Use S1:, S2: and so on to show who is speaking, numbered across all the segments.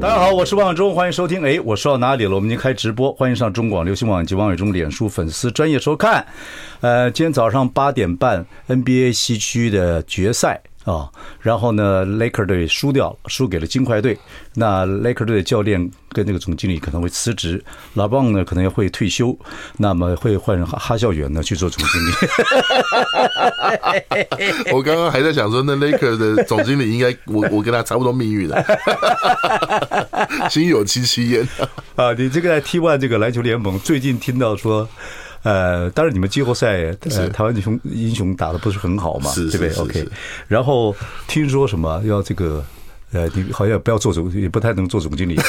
S1: 大家好，我是王伟忠，欢迎收听。哎，我说到哪里了？我们已经开直播，欢迎上中广流行网以及王伟忠脸书粉丝专业收看。呃，今天早上八点半，NBA 西区的决赛啊，然后呢，Laker 队输掉了，输给了金块队。那 Laker 队的教练跟那个总经理可能会辞职，拉邦呢可能会退休，那么会换哈哈校园呢去做总经理。
S2: 我刚刚还在想说，那 Laker 的总经理应该我我跟他差不多命运的， 心有戚戚焉。
S1: 啊，你这个在 T One 这个篮球联盟最近听到说，呃，当然你们季后赛、呃、台湾英雄英雄打的不是很好嘛，
S2: 是是
S1: 对不
S2: 是
S1: 对？OK，
S2: 是
S1: 然后听说什么要这个。呃，你好像不要做总，也不太能做总经 理。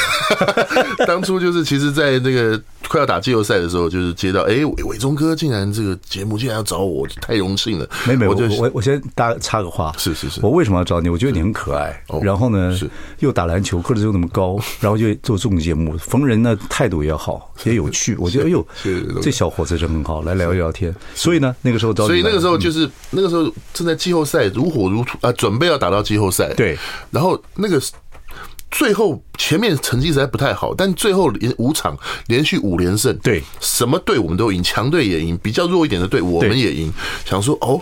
S2: 当初就是其实，在那个快要打季后赛的时候，就是接到哎，伟伟忠哥竟然这个节目竟然要找我，太荣幸了。
S1: 没没，我
S2: 我就
S1: 我我先搭插个话，
S2: 是是是
S1: 我为什么要找你？我觉得你很可爱
S2: 哦，
S1: 然后呢
S2: 是，
S1: 又打篮球，个子又那么 高，然后又做综艺节目，逢人呢态度也好，也有趣。我觉得哎呦
S2: 是是，
S1: 这小伙子真很好，来聊一聊天。所以呢，那个时候嗯找你来，
S2: 所以那个时候就是那个时候正在季后赛如火如荼啊，准备要打到季后赛。
S1: 对，
S2: 然后那个最后前面成绩实在不太好，但最后连五场连续五连胜，
S1: 对
S2: 什么队我们都赢，强队也赢，比较弱一点的队我们也赢，想说哦。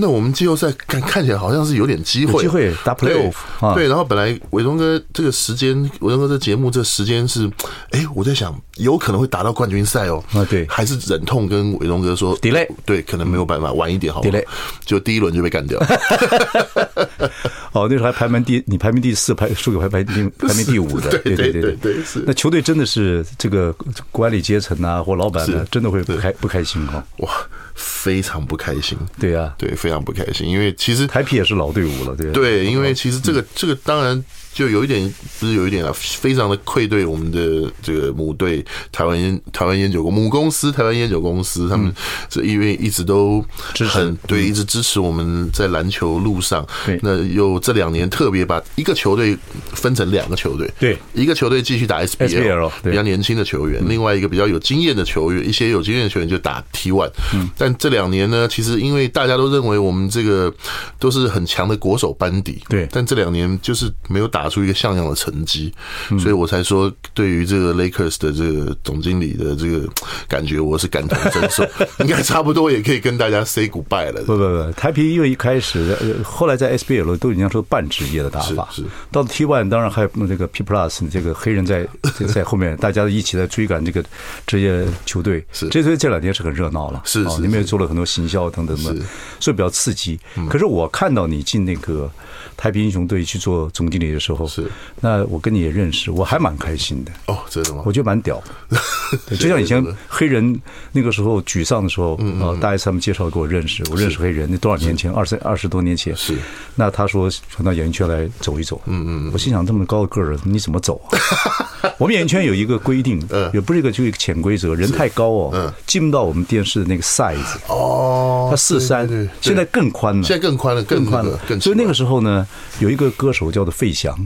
S2: 那我们季后赛看看起来好像是有点机会，
S1: 有机会打 playoff，啊
S2: 对对。然后本来伟东哥这个时间，伟东哥这节目这时间是，哎，我在想有可能会打到冠军赛哦。
S1: 啊对
S2: 还是忍痛跟伟东哥说
S1: Delay
S2: 对，可能没有办法，晚一点好了
S1: Delay
S2: 就第一轮就被 干掉了，
S1: 哦，那时候还排名第，你排名第四，排输给排排名排名第五的，
S2: 对
S1: 对
S2: 对
S1: 对
S2: 对对是
S1: 那球队真的是这个管理阶层啊，或老板呢、
S2: 是
S1: 真的会不开不开心哈、
S2: 哇，非常不开心，
S1: 对啊，
S2: 对，非常不开心，因为其实
S1: 台皮也是老队伍了，对
S2: 对，因为
S1: 嗯
S2: 其实这个这个当然就有一点，不是有一点啊，非常的愧对我们的这个母队台湾烟台湾烟酒公母公司台湾烟酒公司，他们是因为一直都
S1: 嗯支持
S2: 很对，一直支持我们在篮球路上。
S1: 对
S2: 那又这两年特别把一个球队分成两个球队，
S1: 对，
S2: 一个球队继续打 SBL，
S1: SBL 对
S2: 比较年轻的球
S1: 嗯
S2: 员，另外一个比较有经验的球员，一些有经验的球员就打 T one。但
S1: 嗯
S2: 这两年呢，其实因为大家都认为我们这个都是很强的国手班底，
S1: 对
S2: 但这两年就是没有打出一个像样的成绩，
S1: 嗯
S2: 所以我才说对于这个 Lakers 的这个总经理的这个感觉，我是感同 身受，应该差不多也可以跟大家 say goodbye 了。
S1: 不不不，台皮因为一开始，呃后来在 SBL 都已经说半职业的打法，
S2: 是是
S1: 到 T one 当然还有那个 P Plus 这个黑人 在在在后面，大家一起在追赶这个职业球队，
S2: 是
S1: 这所以这两年是很热闹了，
S2: 是
S1: 哦
S2: 是
S1: 你们也做了很多行销等等的
S2: 是，嗯
S1: 所以比较刺激。可是我看到你进那个台皮英雄队去做总经理的时候，
S2: 是
S1: 那我跟你也认识，我还蛮开心的。
S2: 哦，真的吗
S1: 我？觉得蛮屌的，对就像以前黑人那个时候沮丧的时候，
S2: 嗯
S1: 啊，大 S 他们介绍给我认识，我认识黑人，那多少年前，二十二十多年前，
S2: 是。
S1: 那他说传到演艺圈来走一走，嗯嗯，我心想这么高的个儿你怎么走 啊？我们演艺圈有一个规定，
S2: 嗯
S1: 也不是一个就一个潜规则，人太高哦，进不到我们电视的那个 size，
S2: 哦，
S1: 它四三
S2: 对对对，
S1: 现在更宽了，
S2: 现在更宽了，更
S1: 更宽
S2: 那
S1: 了
S2: 个，更
S1: 所以那
S2: 宽
S1: 个时候呢，有一个歌手叫做费翔，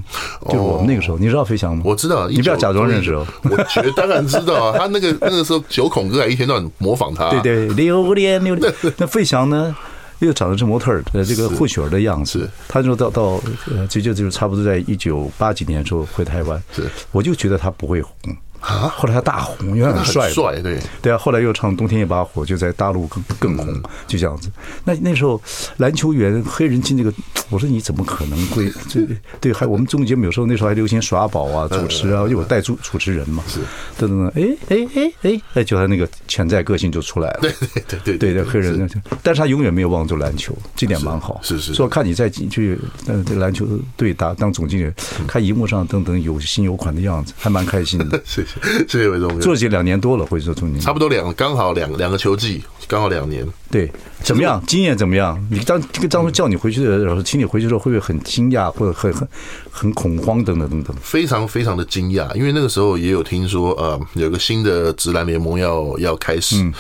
S1: 就是我们那个时候，你知道费翔吗？
S2: 哦我知道，
S1: 你不要
S2: 19
S1: 假装认识哦。
S2: 我觉得当然知道啊，他那个那个时候九孔哥还一天到晚模仿他、
S1: 对，对，榴莲榴莲。那费翔呢，又长得是模特儿呃的这个混血儿的样子
S2: 是。
S1: 他就到到呃，就就就是差不多在一九八几年的时候回台湾，
S2: 是
S1: 我就觉得他不会红啊。后来他大红，因为他
S2: 他
S1: 很
S2: 很
S1: 帅，
S2: 帅，对，
S1: 对啊，后来又唱《冬天一把火》，就在大陆更更红，
S2: 嗯
S1: 就这样子。那那时候篮球员黑人进这个，我说你怎么可能会？ 这对，还我们综艺节目有时候那时候还流行耍宝啊、
S2: 嗯
S1: 主持啊，因为我带主主持人嘛，是等等等，哎哎哎哎，哎，就他那个潜在个性就出来了。
S2: 对对对对
S1: 对对，黑人，但是他永远没有忘住篮球，这点蛮好。
S2: 是是是
S1: 所以我看你在进去呃
S2: 嗯
S1: 这篮球队打当总经理，看荧幕上等等有心有款的样子，还蛮开心的。
S2: 谢谢谢谢伟忠哥
S1: 做。起两年多了，会做中年。
S2: 差不多两，刚好两两个球季，刚好两年。
S1: 对，怎么样？经验怎么样？你当这个当初叫你回去的时候，请你回去的时候，会不会很惊讶，或者很很很恐慌等等等等？
S2: 非常非常的惊讶，因为那个时候也有听说，呃，有个新的直男联盟要要开始，
S1: 嗯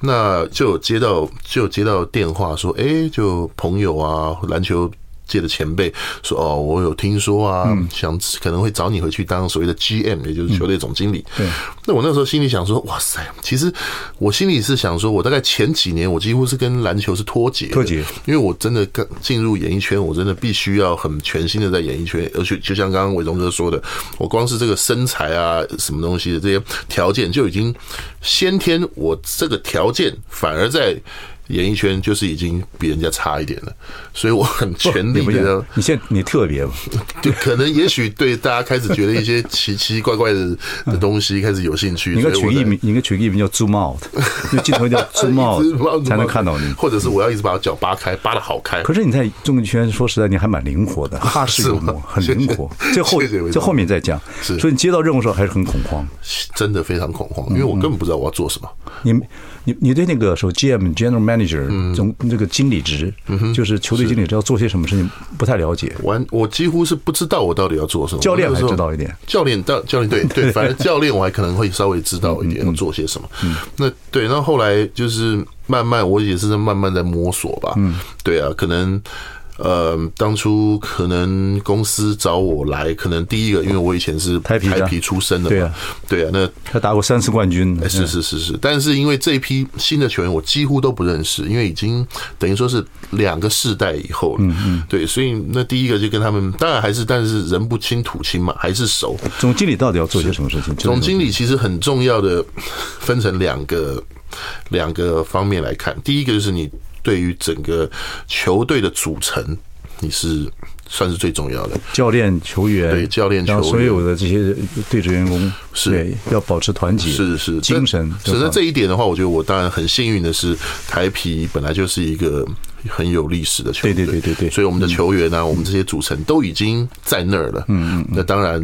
S2: 那就有接到就有接到电话说，哎、就朋友啊，篮球。界的前辈说：“哦，我有听说啊，
S1: 嗯
S2: 想可能会找你回去当所谓的 GM，也就是球队总经理。
S1: 对
S2: 那我那时候心里想说：“哇塞！”其实我心里是想说，我大概前几年我几乎是跟篮球是脱节的，
S1: 脱节
S2: 因为我真的刚进入演艺圈，我真的必须要很全新的在演艺圈，而且就像刚刚伟忠哥说的，我光是这个身材啊，什么东西的这些条件就已经先天，我这个条件反而在演艺圈就是已经比人家差一点了，所以我很全
S1: 哦你
S2: 力
S1: 不
S2: 的
S1: 要，，你现在你特别嘛？
S2: 就可能也许对大家开始觉得一些奇奇怪怪的的东西开始有兴趣，
S1: 你应该
S2: 所以
S1: 取
S2: 我
S1: 个艺
S2: 在
S1: 名，你应该取个艺名叫 Zoom Out，就镜头 叫 Zoom
S2: 一直把
S1: Out 才能看到你。
S2: 或者是我要一直把脚扒开，扒的好开。
S1: 可是你在综艺圈，说实在，你还蛮灵 活的，哈式幽默，很灵活。这后
S2: 谢谢伟
S1: 这
S2: 忠
S1: 后面再讲，
S2: 是
S1: 所以你接到任务的时候还是很恐慌。
S2: 真的非常恐
S1: 嗯
S2: 慌，因为我根本不知道我要做什么。
S1: 你你你对那个时候 GM General
S2: 嗯
S1: Manager 总这个经理职，就是球队经理职要做些什么事情不太了解，
S2: 完，我几乎是不知道我到底要做什么。
S1: 教练还
S2: 我那时候
S1: 知道一点，
S2: 教练到教练对对，反正教练我还可能会稍微知道
S1: 嗯
S2: 一点要做些什么。那对，那后来就是慢慢，我也是在慢慢在摸索吧。嗯，对啊，可能。呃，当初可能公司找我来，可能第一个，因为我以前是
S1: 台啤的
S2: 出身的嘛，
S1: 对啊，
S2: 对啊，那
S1: 他打过三次冠军
S2: 哎，，是是是是，但是因为这一批新的球员我几乎都不认识，因为已经等于说是两个世代以后了。嗯嗯，对，所以那第一个就跟他们，当然还是，但是人不清土清嘛，还是熟。
S1: 嗯总经理到底要做些什么事情？就是
S2: 总经理其实很重要的，分成两个两个方面来看。第一个就是你对于整个球队的组成，你是算是最重要的。
S1: 教练、球员，
S2: 对教练
S1: 然后
S2: 球
S1: 所
S2: 员
S1: 有的这些对职员工，
S2: 是
S1: 对要保持团结，
S2: 是是
S1: 精神
S2: 是
S1: 等等
S2: 那这一点的话，我觉得我当然很幸运的是，台皮本来就是一个很有历史的球队，
S1: 对对对对对
S2: 所以我们的球员呢、啊我们这些组成都已经在那儿了。嗯嗯，那当然，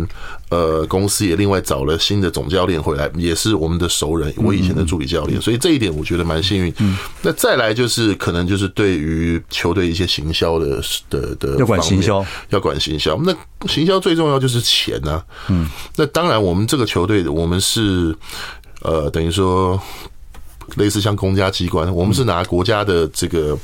S2: 呃，公司也另外找了新的总教练回来，也是我们的熟
S1: 嗯
S2: 人，我以前的助理教练，所以这一点我觉得蛮幸运。嗯，那再来就是可能就是对于球队一些行销的的的
S1: 要管
S2: 方面
S1: 行销，
S2: 要管行销。那行销最重要就是钱啊。嗯，那当然，我们这个球队，我们是呃，等于说。类似像公家机关，我们
S1: 嗯
S2: 是拿国家的这个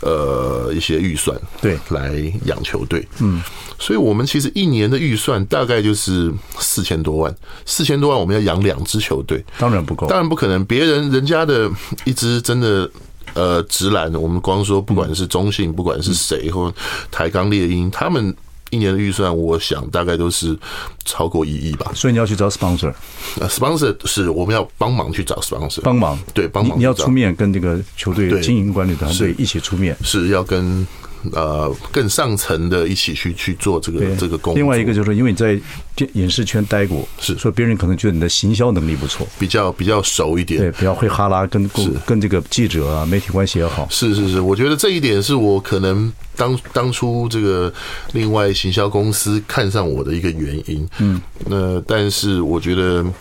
S2: 呃一些预算
S1: 对
S2: 来养球队，嗯，所以我们其实一年的预算大概就是四千多万，四千多万我们要养两支球队，
S1: 当然不够
S2: 当。然不可能，别人人家的 一支真的。呃，直男，我们光说，不管是中信，不管是谁，或台钢猎鹰，他们一年的预算，我想大概都是超过一亿吧。
S1: 所以你要去找 sponsor
S2: 呃，sponsor 是我们要帮忙去找 sponsor，
S1: 帮忙，
S2: 对帮
S1: 你
S2: 忙
S1: 你要
S2: 去找
S1: 出面跟这个球队
S2: 对
S1: 经营管理团队一起出面。
S2: 是要跟呃更上层的一起去去做这个
S1: 对，
S2: 这个工作。
S1: 另外一个就是因为你在电影视圈待过，
S2: 是
S1: 所以别人可能觉得你的行销能力不错，
S2: 比较比较熟一点，
S1: 对，比较会哈拉，跟跟这个记者啊、媒体关系也好。
S2: 是是是，我觉得这一点是我可能当当初这个另外行销公司看上我的一个原因。嗯，那、但是我觉得嗯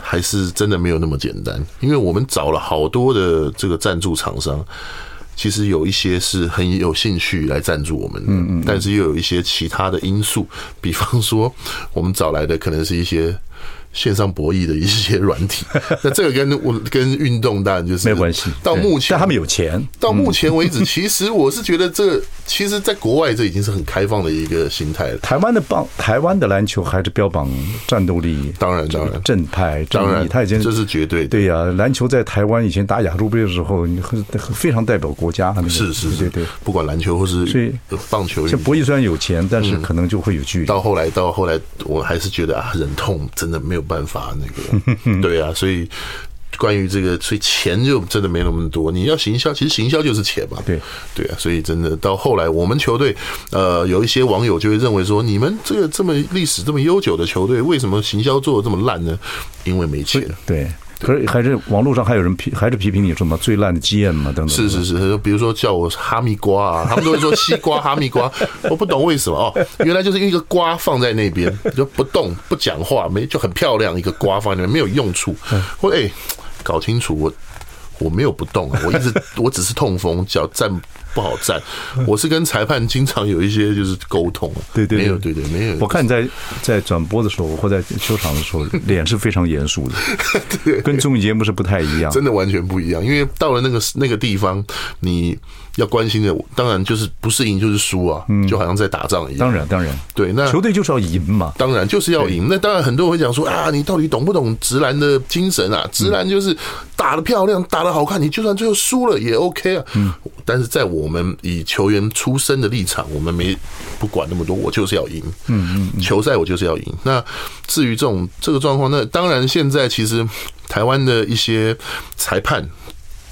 S2: 还是真的没有那么简单，因为我们找了好多的这个赞助厂商。其实有一些是很有兴趣来赞助我们的，嗯嗯，但是又有一些其他的因素，比方说我们找来的可能是一些线上博弈的一些软 体，那这个跟我跟运动当然就是
S1: 没有关系，
S2: 到
S1: 对
S2: 目前
S1: 但他们有钱，
S2: 到目前 为止，其实我是觉得这，其实在国外这已经是很开放的一个心态了。
S1: 台湾的棒，台湾的篮球还是标榜战斗力，
S2: 当然，当然，
S1: 正派
S2: 当
S1: 正
S2: 然，
S1: 义，他已经
S2: 这是绝对的。
S1: 对呀、篮球在台湾以前打亚洲杯的时候，你很很非常代表国家，那个
S2: 是是
S1: 对
S2: 是，
S1: 对。对
S2: 不管篮球或
S1: 所以
S2: 是棒球运
S1: 像
S2: 动，
S1: 博弈虽然有钱，但
S2: 嗯
S1: 是可能就会有距离。
S2: 到后来到后来，我还是觉得啊，忍痛真的没有办法那个，对啊，所以关于这个，所以钱就真的没那么多。你要行销，其实行销就是钱嘛，
S1: 对
S2: 对啊，所以真的到后来，我们球队呃，有一些网友就会认为说，你们这个这么历史这么悠久的球队，为什么行销做的这么烂呢？因为没钱。
S1: 对，可是还是网络上还有人批，还是批评你什么最烂的经验嘛等等。
S2: 是是是，比如说叫我哈密瓜啊，他们都会说西瓜、哈密瓜， 我不懂为什么哦，原来就是因为一个瓜放在那边 就不动不讲话，没就很漂亮一个瓜放在那边没有用处，
S1: 嗯
S2: 或哎、搞清楚我。我没有不动啊，我一直 我只是痛风，脚站不好站。我是跟裁判经常有一些就是沟通，
S1: 嗯对对对
S2: 没有对对没有。
S1: 我看你在在转播的时候或在球场的时 候，脸是非常严肃的，跟综艺节目是不太一样。
S2: 真的完全不一样，因为到了那个那个地方，你要关心的，当然就是不是赢就是输啊，就好像在打仗一样。
S1: 嗯
S2: 嗯
S1: 当然，当然，
S2: 对，那
S1: 球队就是要赢嘛。
S2: 当然就是要赢。那当然，很多人会讲说啊，你到底懂不懂直男的精神啊？直男就是打得漂亮，打得好看，你就算最后输了也 OK 啊。但是在我们以球员出身的立场，我们没不管那么多，我就是要赢。嗯嗯，球赛我就是要赢。那至于这种这个状况，那当然现在其实台湾的一些裁判。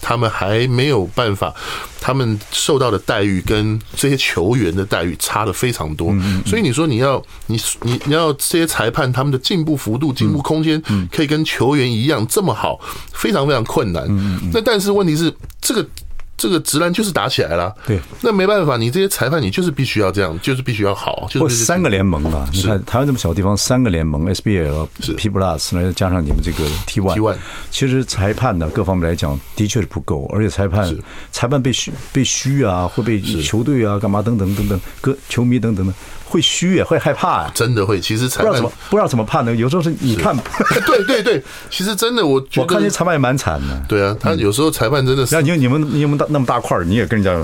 S2: 他们还没有办法，他们受到的待遇跟这些球员的待遇差的非常
S1: 嗯
S2: 多，所以你说你要你你你要这些裁判他们的进步幅度、进步空间可以跟球员一样这么好，非常非常困
S1: 嗯
S2: 难。那但是问题是这个。这个直男就是打起来了，
S1: 对，
S2: 那没办法，你这些裁判你就是必须要这样，就是必须要好，就是
S1: 或
S2: 必须
S1: 三个联盟啊，你看台湾这么小地方，三个联盟 SBL、P Plus，那再加上你们这个 T
S2: T1
S1: 其实裁判呢各方面来讲的确是不够，而且裁判裁判被虚被虚啊，会被球队啊干嘛等等等等，各球迷等等的会虚也会害怕呀、
S2: 真的会。其实
S1: 不
S2: 裁
S1: 知道怎
S2: 判
S1: 么不知道怎么判呢？有时候是你看，
S2: 对对对，其实真的我觉
S1: 我看
S2: 得
S1: 这裁判也嗯蛮惨的。
S2: 对啊，他有时候裁判真的是
S1: 然后你你们你们大那么大块儿，你也跟人家有，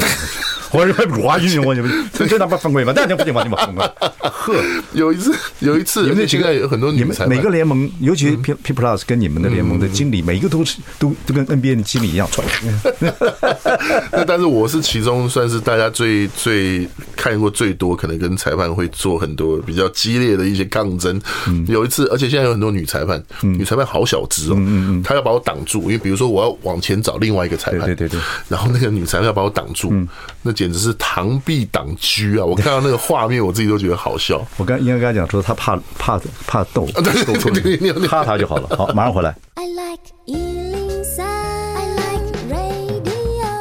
S1: 我说我晕我你们这那不犯规吗？那你不行吧？你们犯规。
S2: 有一次，有一次，
S1: 你们那
S2: 而且
S1: 几
S2: 现
S1: 个
S2: 在有很多
S1: 你
S2: 女嗯
S1: 们
S2: 裁判，
S1: 每个联盟，尤其是 P P Plus 跟你们
S2: 嗯
S1: 的联盟的经理，每一个都是都都跟 NBA 的经理一样，传
S2: 嗯那但是我是其中算是大家最最看过最多，可能跟裁判会做很多比较激烈的一些抗争。
S1: 嗯
S2: 有一次，而且现在有很多女裁判，女裁判好小只哦，她要把我挡住，因为比如说我要往前找另外一个裁判，
S1: 嗯对对嗯对对，
S2: 然后那个女裁判要把我挡住，那简直是螳臂挡车啊！我看到那个画面，我自己都觉得好笑。
S1: 我刚应该跟他讲说，他怕怕怕斗，
S2: 对
S1: 斗错人
S2: 啊对对对对
S1: 哈他就好了。好，马上回来。
S3: I like Ealing Sound. I like radio.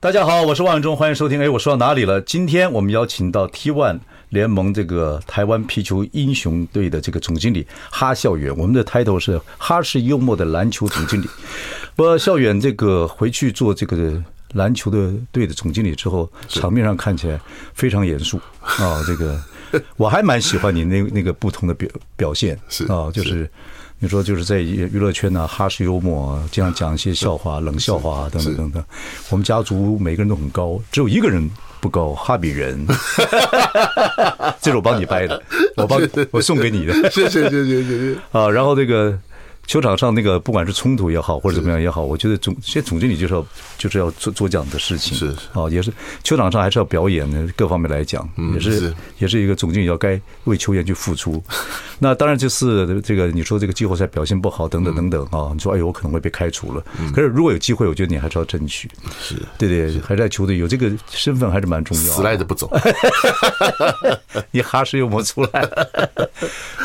S1: 大家好，我是万永忠，欢迎收听。哎，我说到哪里了？今天我们邀请到 T1 联盟这个台湾皮球英雄队的这个总经理哈孝远，我们的 title 是哈是幽默的篮球总经理。我孝远这个回去做这个篮球的队的总经理之后，场面上看起来非常严肃啊、这个 我还蛮喜欢你那那个不同的表表现
S2: 是
S1: 啊、就是。你说就是在娱娱乐圈呢、哈式幽默、啊，经常讲一些笑话、冷笑话啊等等等等。我们家族每个人都很高，只有一个人不高，哈比 人。 这是我帮你掰的，我 帮我送给你的
S2: 谢谢谢谢谢谢，
S1: 啊。然后那个球场上那个不管是冲突也好，或者怎么样也好，我觉得总现在总经理就是要就是要做做这样的事情，
S2: 是
S1: 啊，也是球场上还是要表演的，各方面来讲，也是
S2: 嗯是
S1: 也是一个总经理要该为球员去付 出。那当然就是这个你说这个季后赛表现不好等
S2: 嗯
S1: 等等等啊，你说哎呦我可能会被开除了，可是如果有机会，我觉得你还是要争取，是对对，还是在球队有这个身份还是蛮重要的，
S2: 死赖着不走。
S1: 哎 你哈士又磨出来了，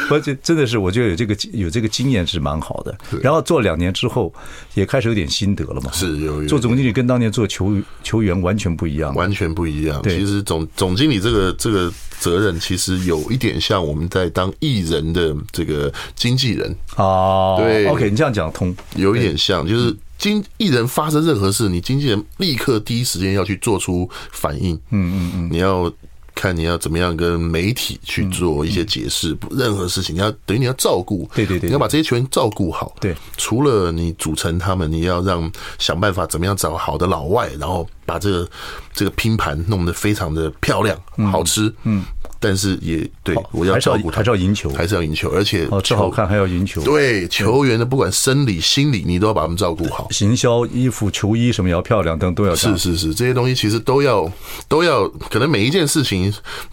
S1: 我这真的是我觉得有这个有这个经验是蛮好的。然后做两年之后，也开始有点心得了嘛。
S2: 是有有
S1: 做总经理跟当年做球球员完全不一样。
S2: 完全不一样。
S1: 对
S2: 其实总总经理这个这个责任，其实有一点像我们在当艺人的这个经纪人，
S1: 哦，
S2: 对
S1: ，OK，你这样讲通。
S2: 有一点像，就是经艺人发生任何事，你经纪人立刻第一时间要去做出反应。嗯嗯嗯，你要。看你要怎么样跟媒体去做一些解释，不任何事情你要等于你要照
S1: 嗯
S2: 顾，
S1: 对对对对
S2: 你要把这些球员照顾好。
S1: 对
S2: 除了你组成他们，你要让想办法怎么样找好的老外，然后把这个这个拼盘弄得非常的漂亮、好吃。嗯，但是也对我要
S1: 还是
S2: 照
S1: 要
S2: 顾他，
S1: 还是要赢球
S2: 还是要赢球，而且
S1: 哦，这好看还要赢球。
S2: 对球员的不管生理、心理，你都要把他们照顾好。
S1: 行销、衣服、球衣什么也要漂亮，等都要这
S2: 是
S1: 样。
S2: 是是，这些东西其实都要都要，可能每一件事情，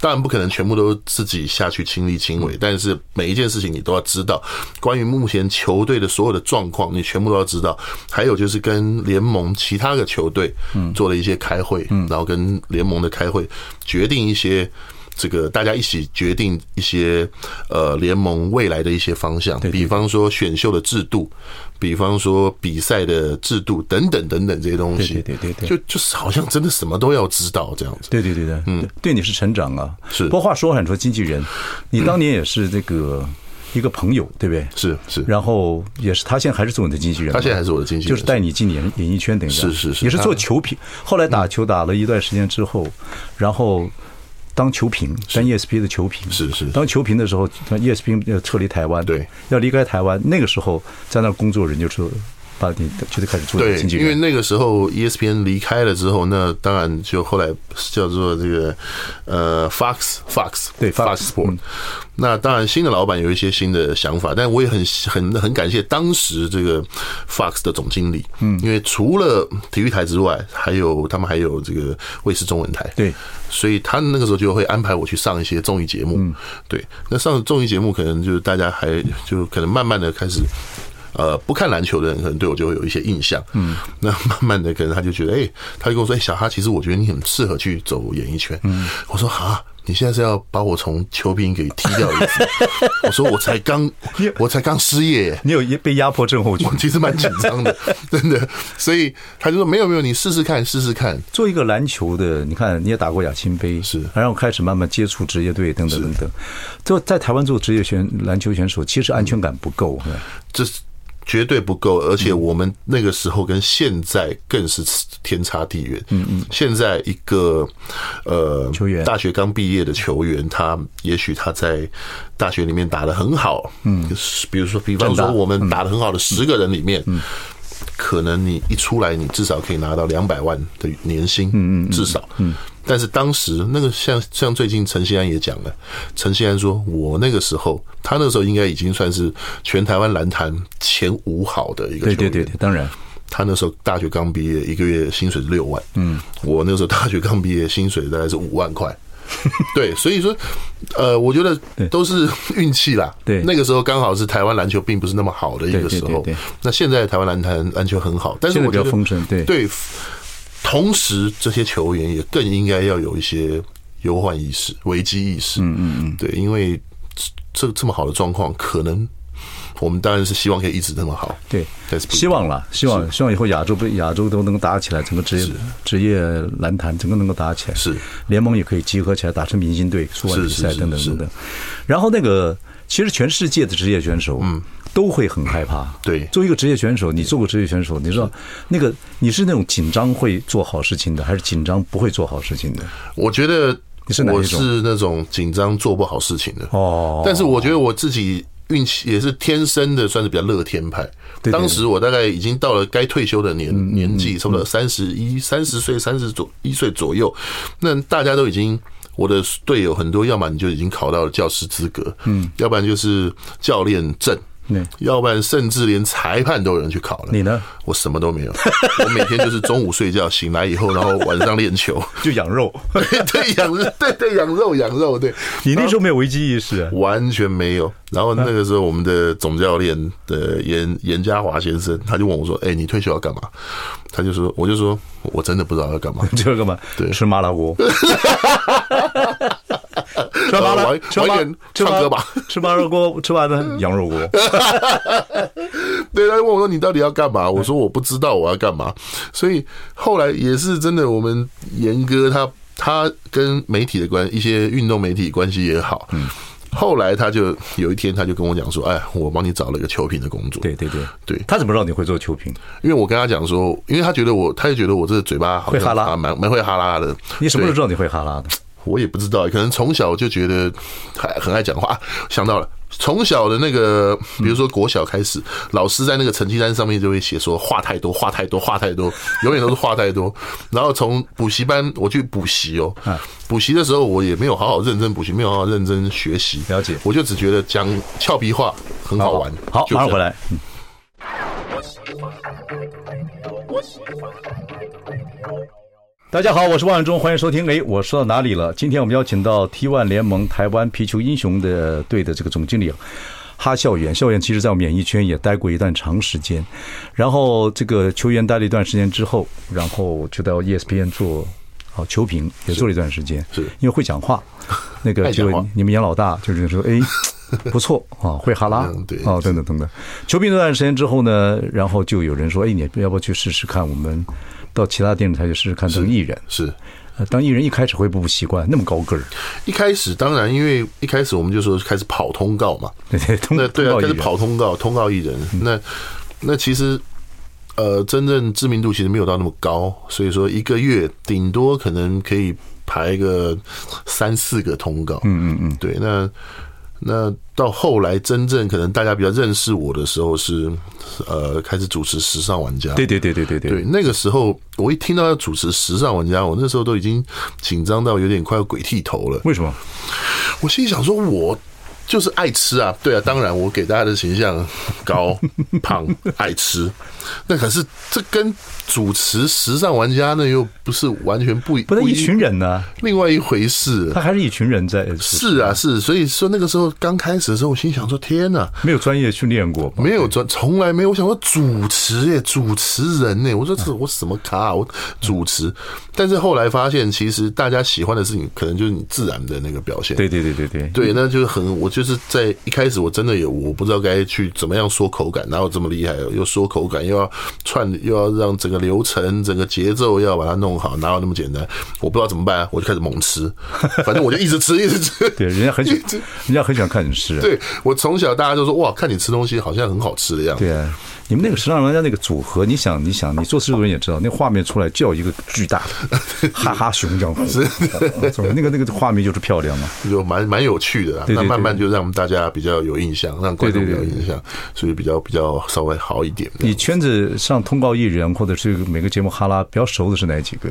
S2: 当然不可能全部都自己下去亲力亲为，但是每一件事情你都要知道，关于目前球队的所有的状况，你全部都要知道。还有就是跟联盟其他的球队，嗯，做了一些开会，然后跟联盟的开会决定一些。这个大家一起决定一些呃联盟未来的一些方向，比方说选秀的制度，比方说比赛的制度等等等等这些东西，
S1: 对对对对对
S2: 就就是好像真的什么都要知道这样子。
S1: 对对对对，嗯，对你是成长啊。
S2: 是
S1: 不过话说回来，你说经纪人，你当年也是这个一个朋友，对不对？
S2: 是是，
S1: 然后也是他现在还是做你的经纪人吗，
S2: 他现在还是我的经纪人
S1: 就是带你进演演艺圈，等于
S2: 是是是
S1: 也是做球评。后来打球打了一段时间之后，然后当球评，当 ESP 的球评，
S2: 是是
S1: 当球评的时候，ESP 要撤离台湾，
S2: 对，
S1: 要离开台湾，那个时候在那儿工作人就说把你就得开始做你的
S2: 对
S1: 经，纪
S2: 因为
S1: 人，
S2: 那个时候 E ESPN 离开了之后，那当然就后来叫做这个呃 Fox Fox
S1: 对
S2: Fox
S1: Fox，
S2: Sport
S1: 嗯。
S2: 那当然新的老板有一些新的想法，但我也很很很感谢当时这个 Fox 的总经理，嗯，因为除了体育台之外，还有他们还有这个卫视中文台，
S1: 对，
S2: 所以他那个时候就会安排我去上一些综艺节目。对，那上综艺节目可能就是大家还就可能慢慢的开始。呃，不看篮球的人可能对我就会有一些印象，嗯，那慢慢的可能他就觉得，哎、他就跟我说，哎、小哈，其实我觉得你很适合去走演艺圈，嗯，我说哈，你现在是要把我从球评给踢掉一 次，我说我才刚，我才刚失业耶，
S1: 你有被压迫症候群
S2: 我。其实蛮紧张的，真的，所以他就说没有没有，你试试看，试试看，
S1: 做一个篮球的，你看你也打过亚青杯，
S2: 是
S1: 然后开始慢慢接触职业队等等等等。就在台湾做职业选篮球选手，其实安全感不够，啊
S2: 这是绝对不够，而且我们那个时候跟现在更是天差地远。嗯嗯，现在一个呃
S1: 球员
S2: 大学刚毕业的球员，他也许他在大学里面打得很好，嗯，比如说，比方
S1: 正
S2: 说
S1: 大
S2: 我们打得很好的啊嗯十个人里面，可能你一出来，你至少可以拿到两百万的年薪，嗯嗯，至少，嗯。但是当时那个像像最近陈锡安也讲了，陈锡安说，我那个时候，他那个时候应该已经算是全台湾篮坛前五好的一个球
S1: 对
S2: 员，
S1: 对对对，当然
S2: 他那时候大学刚毕业，一个月薪水是六万。嗯，我那时候大学刚毕业，薪水大概是五万块。 对，所以说，呃，我觉得都是运气啦。
S1: 对
S2: 那个时候刚好是台湾篮球并不是那么好的一
S1: 对
S2: 个
S1: 对
S2: 时候
S1: 对对。
S2: 那现在台湾篮坛呃篮球很好，但是
S1: 现在
S2: 我
S1: 比
S2: 觉
S1: 较
S2: 得
S1: 丰盛，对，
S2: 对，同时这些球员也更应该要有一些忧患意识、危机意识。嗯嗯嗯，对，因为这这这么好的状况，可能我们当然是希望可以一直这么好。
S1: 对
S2: 但是不一定
S1: 希望了，希望希望以后亚洲不亚洲都能打起来，整个职业职业篮坛整个能够打起来，
S2: 是
S1: 联盟也可以集合起来打成明星队、出外比
S2: 是是
S1: 赛
S2: 是
S1: 等等
S2: 是
S1: 等等。然后那个，其实全世界的职业选手，嗯，都会很害怕。
S2: 对
S1: 作为一个职业选手，你做过职业选手，你知道那个你是那种紧张会做好事情的，还是紧张不会做好事情的？
S2: 我觉得
S1: 你是哪一
S2: 我
S1: 种
S2: 是那种紧张做不好事情的
S1: 哦
S2: 但是我觉得我自己运气也是天生的，算是比较乐天派。
S1: 对对嗯
S2: 当时我大概已经到了该退休的年、年纪，差不多三十一、三十岁、三十左一岁左右，那大家都已经。我的队友很多，要么你就已经考到了教师资格，嗯，要不然就是教练证，
S1: 对，
S2: 要不然甚至连裁判都有人去考了。
S1: 你呢？
S2: 我什么都没有，我每天就是中午睡觉，醒来以后，然后晚上练球，
S1: 就养 肉，
S2: 对对，养肉，对对养肉养肉，对，
S1: 你那时候没有危机意识啊。
S2: 完全没有。然后那个时候，我们的总教练的严严家华先生，他就问我说：“哎、你退休要干嘛？”他就说：“我就说我真的不知道要干嘛。
S1: 这个嘛，
S2: 对
S1: 吃麻辣 锅，吃麻
S2: 呃
S1: 辣
S2: 晚，
S1: 吃麻
S2: 晚点
S1: 吃麻
S2: 唱歌吧，
S1: 吃麻辣锅，吃完了羊肉锅，”
S2: 对，他就问我说：“你到底要干嘛？”我说：“我不知道我要干嘛。”所以后来也是真的，我们严哥他他跟媒体的关一些运动媒体关系也好，后来他就有一天他就跟我讲说：“哎，我帮你找了一个球评的工作。”
S1: 对对对
S2: 对
S1: 他怎么知道你会做球评？
S2: 因为我跟他讲说，因为他觉得我，他就觉得我这个嘴巴好像
S1: 会哈拉
S2: 啊蛮蛮会哈拉的。
S1: 你什么时候
S2: 对
S1: 知道你会哈拉的？
S2: 我也不知道，可能从小就觉得还很爱讲话、啊想到了，从小的那个，比如说国小开始，老师在那个成绩单上面就会写说话太多，话太多，话太多，永远都是话 太多。然后从补习班我去补习哦，
S1: 嗯
S2: 补习的时候我也没有好好认真补习，没有好好认真学习，
S1: 了解
S2: 我就只觉得讲俏皮话很好玩。
S1: 好，
S2: 就这
S1: 马
S2: 样
S1: 上回。来。嗯大家好，我是万永忠，欢迎收听。哎，我说到哪里了？今天我们邀请到 T1 联盟台湾皮球英雄的队的这个总经理啊哈孝元。孝元其实在我们演艺圈也待过一段长时间，E 然后这个球员待了一段时间之后，然后就到 ESPN 做好球评也做了一段时间，
S2: 是
S1: 因为会讲话，那个
S2: 爱讲
S1: 就
S2: 话
S1: 你们杨老大就是说，哎，不错啊，会哈拉
S2: 嗯对
S1: 啊，等等等等。球评那段时间之后呢，然后就有人说，哎，你要不要去试试看？我们到其他电视台去试试看当艺人。
S2: 是。
S1: 呃当艺人一开始会不习惯，那么高个儿，
S2: 一开始当然，因为一开始我们就说开始跑通告嘛，
S1: 对对，通
S2: 那对
S1: 嗯通
S2: 啊，
S1: 告艺
S2: 开始
S1: 人嗯
S2: 跑通告，通告艺人。那那其实呃，真正知名度其实没有到那么高，所以说一个月顶多可能可以排个三四个通告。嗯嗯嗯，对。那那到后来真正可能大家比较认识我的时候是呃，开始主持《时尚玩家》。
S1: 对对对对对
S2: 对，，那个时候我一听到要主持《时尚玩家》，我那时候都已经紧张到有点快要鬼剃头了。
S1: 为什么？
S2: 我心里想说，我就是爱吃啊，对啊，当然我给大家的形象高、胖、爱吃，那可是这跟主持时尚玩家那又不是完全不
S1: 不是一群
S2: 一
S1: 人呢、
S2: 另外一回事
S1: 他。还是一群人在，呃
S2: 是啊，是，所以说那个时候刚开始的时候，我心想说：天哪，
S1: 没有专业训练过嘛？
S2: 没有专，从来没有。我想说主持耶，主持人呢？我说这我什么咖、啊？我主持，但是后来发现，其实大家喜欢的是你，可能就是你自然的那个表现。
S1: 对对对对对，
S2: 对，那就是很，我就是在一开始我真的也我不知道该去怎么样说口感，哪有这么厉害？啊又说口感，又要串，又要让整个流程、整个节奏要把它弄好，哪有那么简单？我不知道怎么办、啊，我就开始猛吃，反正我就一直吃， 一直吃。
S1: 对，人家很喜，人家很喜欢看你吃、啊。
S2: 对我从小大家都说哇，看你吃东西好像很好吃的样子。
S1: 对啊，你们那个时尚玩家那个组合，你想，你想，你做制作人也知道，那画面出来就要一个巨大的 哈哈熊这样， 总之那个那个画面就是漂亮嘛。
S2: 就蛮蛮有趣的啦。啊
S1: 对对
S2: 那慢
S1: 对
S2: 慢就让大家比较有印象，让观众
S1: 对对
S2: 比较
S1: 对
S2: 有印象，所以比较比较稍微好一点。
S1: 你圈子上通告艺人或者是每个节目哈拉比较熟的是哪几个？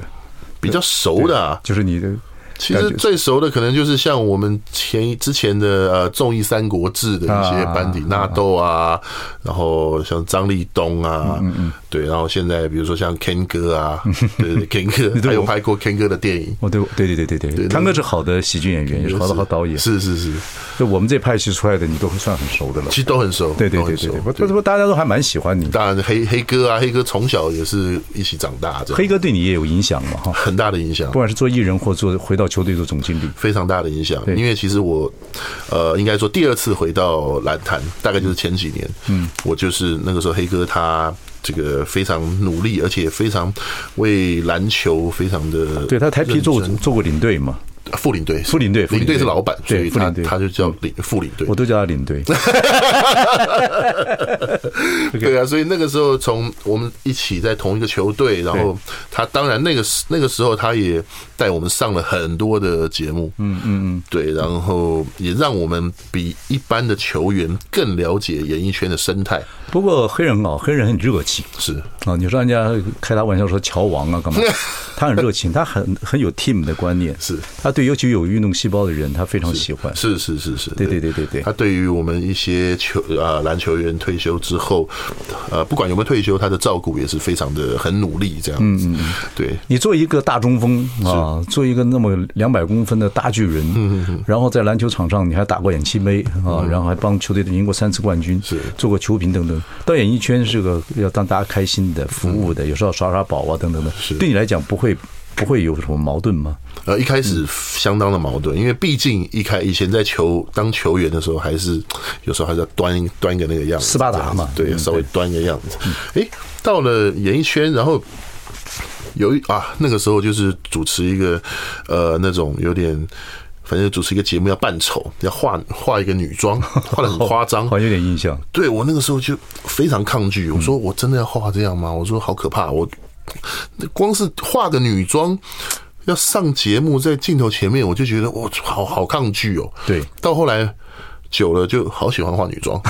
S2: 比较熟的、啊，
S1: 就是你的，
S2: 其实最熟的可能就是像我们前一之前的呃综艺《三国志》的一些
S1: 啊
S2: 班底，纳豆啊，然后像张立东啊，
S1: 嗯
S2: 对，然后现在比如说像 Ken 哥啊，对对对，Ken 哥，
S1: 对
S2: 还有
S1: 我
S2: 拍过 Ken 哥的电影，
S1: 哦对对对对对对，汤哥是好的喜剧演员，也是好的好导演。
S2: 是是是，
S1: 就我们这派系出来的，你都会算很熟的了
S2: 其。实都很熟，
S1: 对对
S2: 都
S1: 对
S2: 很
S1: 对
S2: 熟
S1: 对，不不不，大家都还蛮喜欢你。
S2: 当然黑黑哥啊，黑哥从小也是一起长大的，
S1: 黑哥对你也有影响嘛哈，
S2: 很大的影响
S1: 不。管是做艺人或做回到球队做总经理，
S2: 非常大的影响，因为其实我，呃，应该说第二次回到蓝坛，大概就是前几年，嗯，我就是那个时候黑哥他这个非常努力，而且非常为篮球非常的
S1: 对他台皮做过
S2: 认真
S1: 做过领队嘛，
S2: 副领队，
S1: 副领队副领
S2: 领
S1: 队
S2: 队是老板，所
S1: 对
S2: 以
S1: 副
S2: 他
S1: 领队
S2: 他就叫领副领队
S1: 我，都叫他领 队。
S2: 对啊，所以那个时候从我们一起在同一个球队，然后他当然那个时那个时候他也带我们上了很多的节目，嗯嗯嗯，对，然后也让我们比一般的球员更了解演艺圈的生态，
S1: 不过黑人啊，黑人很热情
S2: 是
S1: 啊。你说人家开他玩笑说乔王啊，干 嘛？他很热情，他很很有 team 的观念，
S2: 是
S1: 他对尤其有运动细胞的人，他非常喜欢。
S2: 是是是是，
S1: 对对对对对
S2: 他对于我们一些球啊篮球员退休之后，呃，不管有没有退休，他的照顾也是非常的很努力这样子，
S1: 嗯
S2: 对，
S1: 你做一个大中锋啊，做一个那么两百公分的大巨
S2: 嗯
S1: 人，然后在篮球场上你还打过眼气杯啊，然后还帮球队赢过三次冠军，
S2: 是
S1: 做过球评等等。到演艺圈是个要让大家开心的、服务
S2: 嗯
S1: 的，有时候要耍耍宝啊等等的，对你来讲不会不会有什么矛盾吗？
S2: 呃，一开始相当的矛盾，因为毕竟一开以前在球当球员的时候，还是有时候还是要端端个那个样子，
S1: 斯巴达
S2: 这样子
S1: 嘛
S2: 对，
S1: 嗯
S2: 稍微端个样子。诶，到了演艺圈，然后有一啊，那个时候就是主持一个呃那种有点，反正主持一个节目要扮丑，要化化一个 女装，化的很夸张，
S1: 好像有点印象。
S2: 对我那个时候就非常抗拒，我说
S1: 嗯
S2: 我真的要画这样吗？我说好可怕，我光是画个女装。要上节目，在镜头前面，我就觉得我好好抗拒哦。
S1: 对
S2: 到后来久了，就好喜欢画女 装。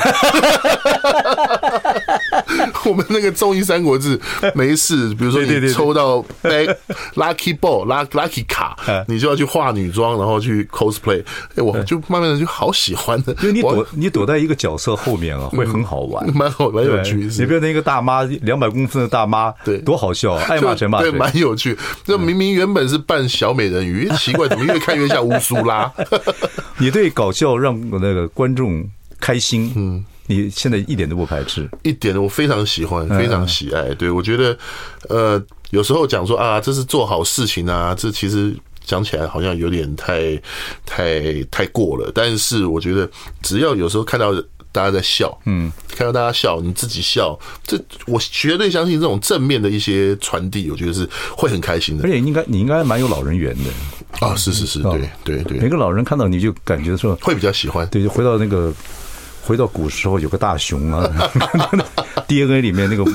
S2: 我们那个综艺《三国志》，没事，比如说
S1: 对对对对
S2: 你抽到 back lucky ball、luck lucky 卡，
S1: 嗯
S2: 你就要去画女装，然后去 cosplay。哎，我就慢慢的就好喜欢的，
S1: 因为你
S2: 我
S1: 躲你躲在一个角色后面啊，会很好玩。
S2: 蛮好蛮有
S1: 对，
S2: 趣。是
S1: 你变成一个大妈，两百公分的大妈，
S2: 对
S1: 多好笑啊！爱
S2: 就
S1: 骂谁骂谁
S2: 对，。蛮有趣。这明明原本是扮小美 人鱼，哎奇怪，怎么越看越像乌苏拉？
S1: 你对搞笑让那个观众开心，嗯，你现在一点都不排斥。嗯
S2: 一点我非常喜欢，非常喜爱。对我觉得，呃，有时候讲说啊，这是做好事情啊，这其实讲起来好像有点太太太过了。但是我觉得，只要有时候看到大家在笑，嗯，看到大家笑，你自己笑，这我绝对相信这种正面的一些传递，我觉得是会很开心的
S1: 而且嗯应该你应该蛮有老人缘的，
S2: 啊！是是是，对对
S1: 每
S2: 对，
S1: 个老人看到你就感觉说，
S2: 会比较喜欢。
S1: 对，就回到那个。回到古时候，有个大熊啊 ，DNA 里面那个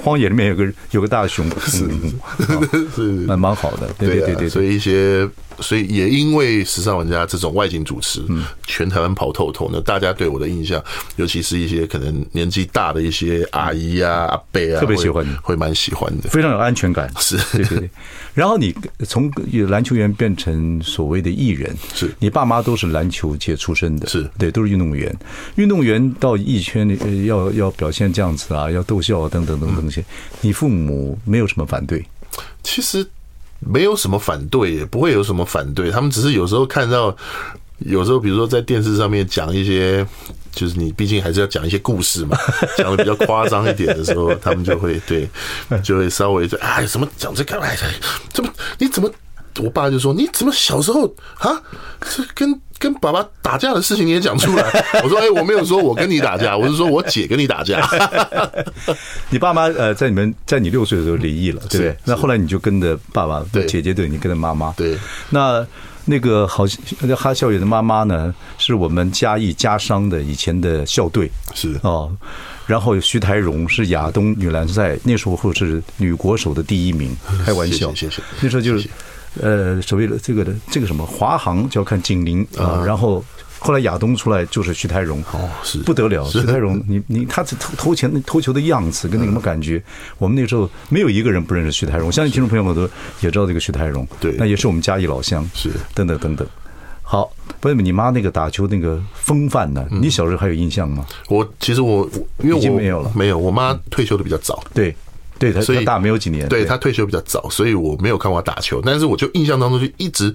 S1: 荒野里面有个有个大熊，嗯是
S2: 是
S1: 蛮蛮好的，对
S2: 对
S1: 对
S2: 啊
S1: 对对
S2: 所
S1: 对，
S2: 以一些，所以也因为时尚玩家这种外景主持，
S1: 嗯
S2: 全台湾跑透透呢，大家对我的印象，尤其是一些可能年纪大的一些阿姨啊、阿伯啊，
S1: 嗯特别
S2: 会
S1: 喜欢你
S2: 会蛮喜欢的。
S1: 非常有安全感，
S2: 是
S1: 对对对。然后你从篮球员变成所谓的艺人，
S2: 是
S1: 你爸妈都是篮球界出身的，
S2: 是
S1: 对，都是运动员。运动员到艺圈里呃要要表现这样子啊，要逗笑啊，等等等等
S2: 嗯
S1: 些。你父母没有什么反对，
S2: 其实没有什么反对，也不会有什么反对，他们只是有时候看到，有时候比如说在电视上面讲一些。就是你，毕竟还是要讲一些 故事嘛，讲的比较夸张一点的时候，他们就会对，就会稍微就哎，什么讲这干嘛？哎哎怎么你怎么？我爸就说你怎么小时候啊，这跟跟爸爸打架的事情你也讲出来？我说哎、我没有说我跟你打架，我是说我姐跟你打架。
S1: 你爸妈呃，在你们在你六岁的时候离异了，对不对
S2: 嗯是？
S1: 那后来你就跟着爸爸，
S2: 对
S1: 姐姐对你跟着妈妈，
S2: 对。
S1: 那那个好哈校园的妈妈呢，是我们嘉义嘉商的以前的校队
S2: 是
S1: 哦。然后徐台荣是亚东女篮赛那时候是女国手的第一名，开玩笑，
S2: 嗯谢谢谢谢
S1: 那时候就是
S2: 谢谢
S1: 呃所谓的这个的这个什么华航就要看景林啊，然后后来亚东出来就是徐台荣
S2: 哦是嗯
S1: 不得了，徐台荣，你你他这投投钱投球的样子跟那个什么感觉，我们那时候没有一个人不认识徐台荣，我相信听众朋友们都也知道这个徐台荣，
S2: 对
S1: 那也是我们嘉义老乡，
S2: 是
S1: 等等等等。好，不是你妈那个打球那个风范呢？
S2: 嗯
S1: 你小时候还有印象吗？
S2: 我其实我我因为
S1: 已经
S2: 我
S1: 没有了
S2: 没有，我妈退休的比较早，
S1: 对，对，他
S2: 所以
S1: 他打没有几年，
S2: 对他退休比较早，所以我没有看过他打球，但是我就印象当中就一直，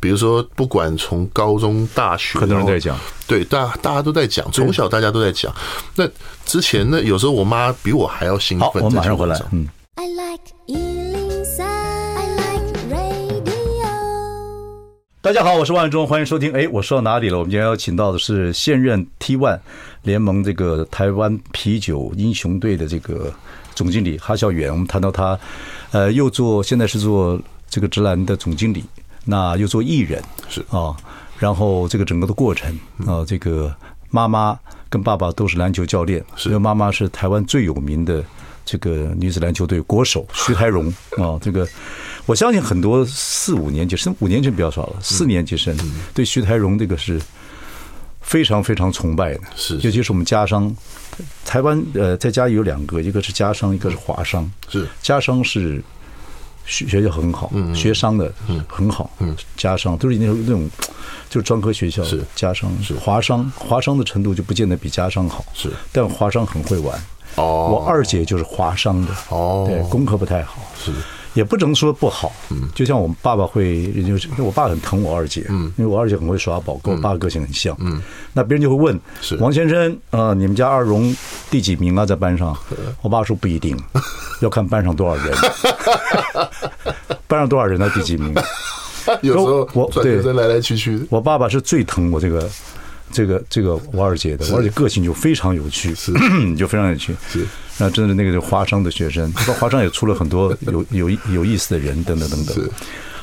S2: 比如说不管从高中、大学，
S1: 很多人
S2: 然后
S1: 在讲，
S2: 对，大大家都在讲，从小大家都在讲。那之前呢，有时候我妈比我还要兴
S1: 好，
S2: 奋。
S1: 我们马上回来
S2: 在球场，
S1: 嗯。
S3: I like Ealing Sound. I like radio.
S1: 大家好，我是万忠，欢迎收听。哎，我说到哪里了？我们今天邀请到的是现任 T One 联盟这个台湾啤酒英雄队的这个总经理哈孝远。我们谈到他，呃，又做现在是做这个直男的总经理，那又做艺人
S2: 是嗯
S1: 啊，然后这个整个的过程啊，这个妈妈跟爸爸都是篮球教练，
S2: 是
S1: 因为妈妈是台湾最有名的这个女子篮球队国手徐台 荣啊，这个我相信很多四五年级生，五年级比较少了，
S2: 嗯
S1: 四年级生对徐台荣这个是非常非常崇拜的，
S2: 是
S1: 尤其是我们家商，台湾呃在家里有两个，一个是家商，一个是华商，
S2: 是嗯
S1: 家商是学学校很好，学商的很好，家商都是那种那种就是专科学校，
S2: 是
S1: 家商是华商，华商的程度就不见得比家商好，
S2: 是
S1: 但华商很会玩。
S2: 哦
S1: 我二姐就是华商的，
S2: 哦
S1: 对，功课不太好，
S2: 是
S1: 也不能说不好，嗯，就像我们爸爸会，就是因为我爸很疼我二姐，嗯，因为我二姐很会耍宝，跟我爸个性很像，嗯，那别人就会问，
S2: 是
S1: 王先生，呃，你们家二荣第几名啊？在班 上，我爸说不 一定，要看班上多少 人，班上多少人他第几名。
S2: 有时候
S1: 我
S2: 转
S1: 对
S2: 学生来来去去，
S1: 我爸爸是最疼我这个这个这个我二姐的，我二姐个性就非常有趣，是 就非常有趣，
S2: 是
S1: 那真的那个就华商的学生，不过华商也出了很多 有有有意思的人等等等等
S2: 是。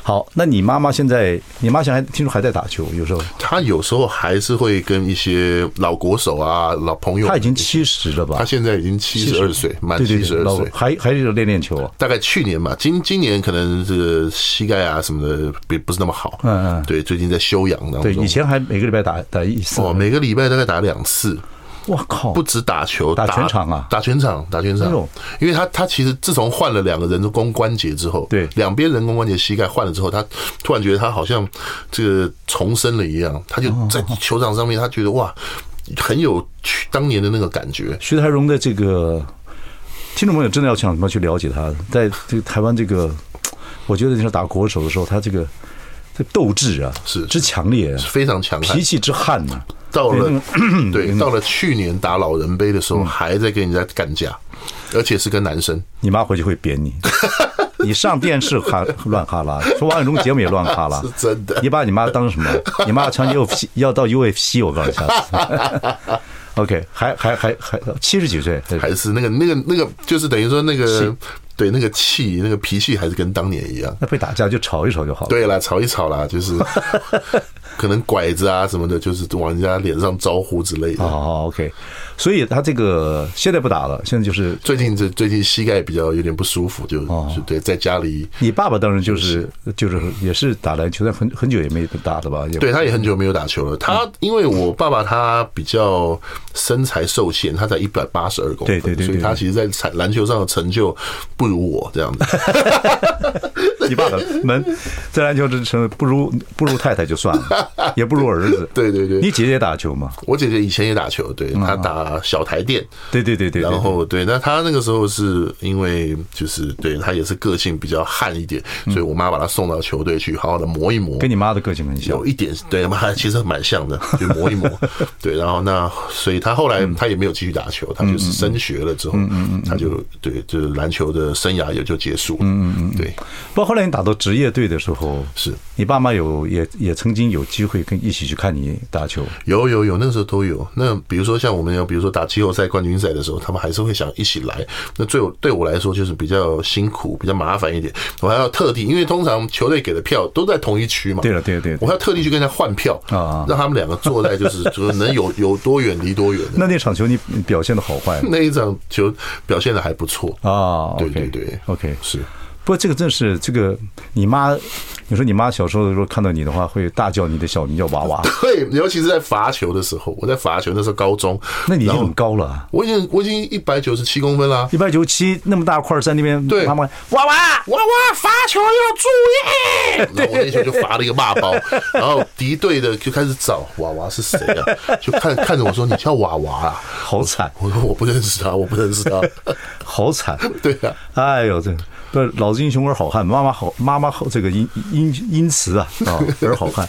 S1: 好，那你妈妈现在，你妈现在还听说还在打球，有时候
S2: 她有时候还是会跟一些老国手啊、老朋友。
S1: 她已经七十了吧
S2: 她？现在已经七十二岁，满
S1: 对
S2: 七
S1: 对
S2: 十
S1: 对，
S2: 二
S1: 老
S2: 岁，
S1: 还还是练练球啊。
S2: 大概去年吧，今今年可能这个膝盖啊什么的不不是那么好，
S1: 嗯嗯
S2: 对，最近在休养当中。
S1: 对，以前还每个礼拜打打一次。
S2: 哦，每个礼拜大概打两次，
S1: 我靠！
S2: 不止打球，
S1: 打全场啊
S2: 打全场，打全
S1: 哎
S2: 场
S1: 呦。
S2: 因为他他其实自从换了两个人工关节之后，
S1: 对
S2: 两边人工关节膝盖换了之后，他突然觉得他好像这个重生了一样，他就在
S1: 哦
S2: 球场上面，他觉得哇，很有去当年的那个感觉。
S1: 徐台荣的这个听众朋友真的要想怎么去了解他，在这个台湾这个，我觉得你说打国手的时候，他这个这斗志啊，
S2: 是
S1: 之强烈啊，
S2: 非常强悍
S1: 脾，气之悍啊呐、
S2: 到
S1: 嗯
S2: 了对，到了去年打老人杯的时候，还在跟人家干架，而且是跟男生。
S1: 你妈回去会扁你，你上电视哈乱哈拉，说王永忠节目也乱哈拉，
S2: 是真的
S1: 你把你妈当什么？你妈强奸 UFC 要到 UFC，我告诉你下 次。OK，还还还还七十几岁，对
S2: 还是那个那个那个，就是等于说那个
S1: 气
S2: 对那个气那个脾气还是跟当年一样。
S1: 那被打架就吵一吵就好了。
S2: 对啦，吵一吵啦，就是 可能拐子啊什么的，就是往人家脸上招呼之类的。
S1: 哦，OK，所以他这个现在不打了，现在就是
S2: 最近这最近膝盖比较有点不舒服，就
S1: 哦
S2: 就对，在家里，
S1: 你爸爸当然就是就是也是打篮球，但很很久也没打了吧？也
S2: 对他也很久没有打球
S1: 嗯
S2: 了。他因为我爸爸他比较身材受限，他才一百八十二公
S1: 对
S2: 分，
S1: 对对对
S2: 所以他其实在篮篮球上的成就不如我这样 子。
S1: 你爸爸门在篮球之城不如不如太太就算了，也不如儿子。
S2: 对对对
S1: 你姐姐打球嘛？
S2: 我姐姐以前也打球，对她打小台电，
S1: 对对对对，对
S2: 然后对，那她那个时候是因为就是对她也是个性比较悍一点，
S1: 嗯
S2: 所以我妈把她送到球队去好好的磨一磨，
S1: 跟你妈的个性很像
S2: 有。一点对，他们还其实蛮像 的，就磨一磨。对，然后那所以他后来他也没有继续打球，他就是升学了之后，他就对，就是篮球的生涯也就结束了。嗯嗯对，
S1: 不过后来你打到职业队的时候，
S2: 是
S1: 你爸妈有也也曾经有机会跟一起去看你打球。
S2: 有有有，那个时候都有。那比如说像我们有，比如说打季后赛、冠军赛的时候，他们还是会想一起来。那最有对我来说就是比较辛苦、比较麻烦一点，我还要特地，因为通常球队给的票都在同一区嘛。
S1: 对了对了对了
S2: 我还要特地去跟人家换票
S1: 啊
S2: 让他们两个坐在就是就是能有 有多远离多远的。
S1: 那那场球你你表现的好坏
S2: 那一场球表现的还不错，
S1: 啊？
S2: 对
S1: OK，
S2: 对对
S1: ，OK。
S2: 是
S1: 不过这个真是这个，你妈，你说你妈小时候的时候看到你的话，会大叫你的小名叫娃娃，
S2: 对，尤其是在罚球的时候，我在罚球那时候高中，
S1: 那你已经
S2: 然后
S1: 很高了啊，
S2: 我已经我已经一百九十七公分啦、
S1: 一百九七那么大块儿在那边，
S2: 对
S1: 妈妈娃娃，
S2: 啊娃娃罚球要注意！然后我那球就罚了一个骂包，然后敌对的就开始找娃娃是谁啊，就看看着我说你叫娃娃啊，
S1: 好惨，
S2: 我说我不认识他，我不认识他，
S1: 好惨，
S2: 对啊，
S1: 哎呦，这不是老子英雄儿好汉，妈妈好妈妈好这个因因因慈啊啊儿好 汉，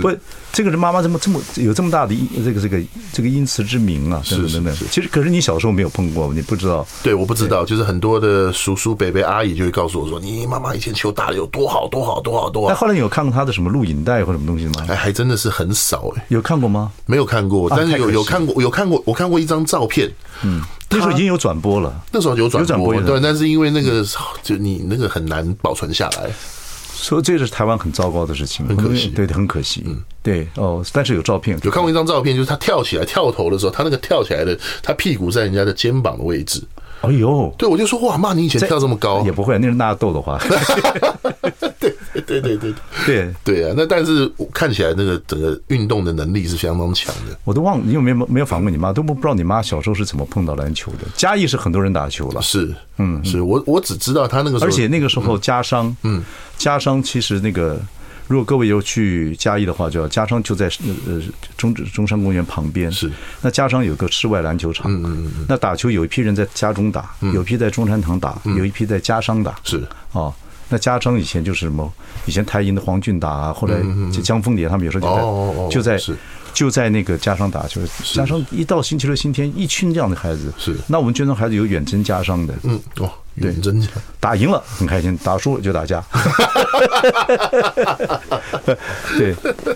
S1: 不，这个人妈妈这么这么有这么大的因这个这个这个因慈之名啊，等等等等。其实可是你小时候没有碰过，你不知道。
S2: 对，我不知道，就是很多的叔叔、伯伯、阿姨就会告诉我说，你妈妈以前球打的有多好，多好，多好，多
S1: 那
S2: 好。
S1: 后来你有看过他的什么录影带或什么东西吗？
S2: 哎，还真的是很少哎、
S1: 有看过吗？
S2: 没有看过，但
S1: 哦太
S2: 是
S1: 可
S2: 有有
S1: 惜
S2: 看过，有看过，我看过一张照片。嗯，
S1: 那时候已经有转播了，
S2: 那时候有转
S1: 有转播
S2: 播，
S1: 有
S2: 对
S1: 转，
S2: 但是因为那个就你那个很难保存下来，
S1: 所以这是台湾很糟糕的事情，
S2: 很可惜
S1: 因为对，很可惜。嗯，对哦，但是有照片，
S2: 有看过一张照片，就是他跳起来跳投的时候，他那个跳起来的，他屁股在人家的肩膀的位置。
S1: 哎呦，
S2: 对，我就说哇，妈，你以前跳这么高啊
S1: 也，不会，那是纳豆的 话，
S2: 对对对对
S1: 对。
S2: 对啊。那但是我看起来那个整个运动的能力是相当强的，
S1: 我都忘了，你有没有没有访问你妈，都不不知道你妈小时候是怎么碰到篮球的。嘉义是很多人打球了，
S2: 是，嗯，是我我只知道他那个时候，
S1: 而且那个时候家商，嗯，家商其实那个，如果各位有去嘉义的话，就要家商就在呃呃中中山公园旁边，
S2: 是。
S1: 那家商有个室外篮球场，嗯嗯嗯，那打球有一批人在家中打，有一批在中山堂打，有一批在家商打，
S2: 嗯是
S1: 哦。那家商以前就是什么？以前台银的黄俊达、
S2: 嗯
S1: 啊，后来就江枫蝶他们有时候就在、
S2: 哦哦哦
S1: 就在
S2: 是
S1: 就在那个家商打球，家商一到星期六、星期天，一群这样的孩子。
S2: 是
S1: 那我们眷村孩子有远征家商的，
S2: 嗯哦，认真讲，
S1: 打赢了很开心，打输了就打架。 对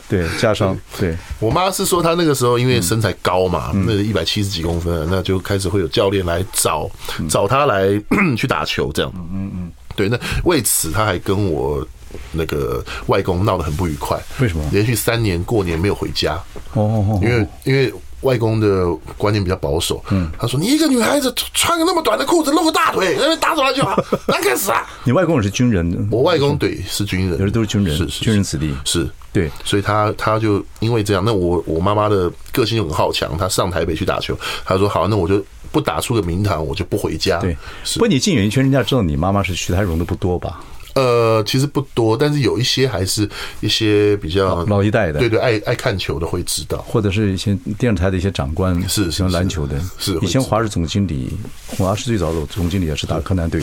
S1: 对，加上对，
S2: 我妈是说她那个时候因为身材高嘛，
S1: 嗯
S2: 那一百七十几公分，那就开始会有教练来找
S1: 嗯
S2: 找她来 去打球这样。嗯嗯，对，那为此她还跟我那个外公闹得很不愉快。
S1: 为什么
S2: 连续三年过年没有回家，
S1: 哦哦
S2: 因为因为。外公的观念比较保守，嗯，他说你一个女孩子穿个那么短的裤子露个大腿，在 那边打手篮球，难看死啊！
S1: 你外公也是军人，
S2: 我外公对是军人，
S1: 有的都是军人
S2: 是是
S1: 军人子弟
S2: 是
S1: 对
S2: 所以他他就因为这样，那我我妈妈的个性又很好强，她上台北去打球，她说好，那我就不打出个名堂，我就不回家。
S1: 对。
S2: 啊是
S1: 不过你进演艺圈，人家知道你妈妈是徐台荣的不多吧？
S2: 呃，其实不多，但是有一些还是一些比较
S1: 老一代的
S2: 对对，爱爱看球的会知道。
S1: 或者是一些电视台的一些长官，
S2: 是是
S1: 喜欢篮球的，
S2: 是是
S1: 以前华视总经理，华视最早的总经理也是打柯南队，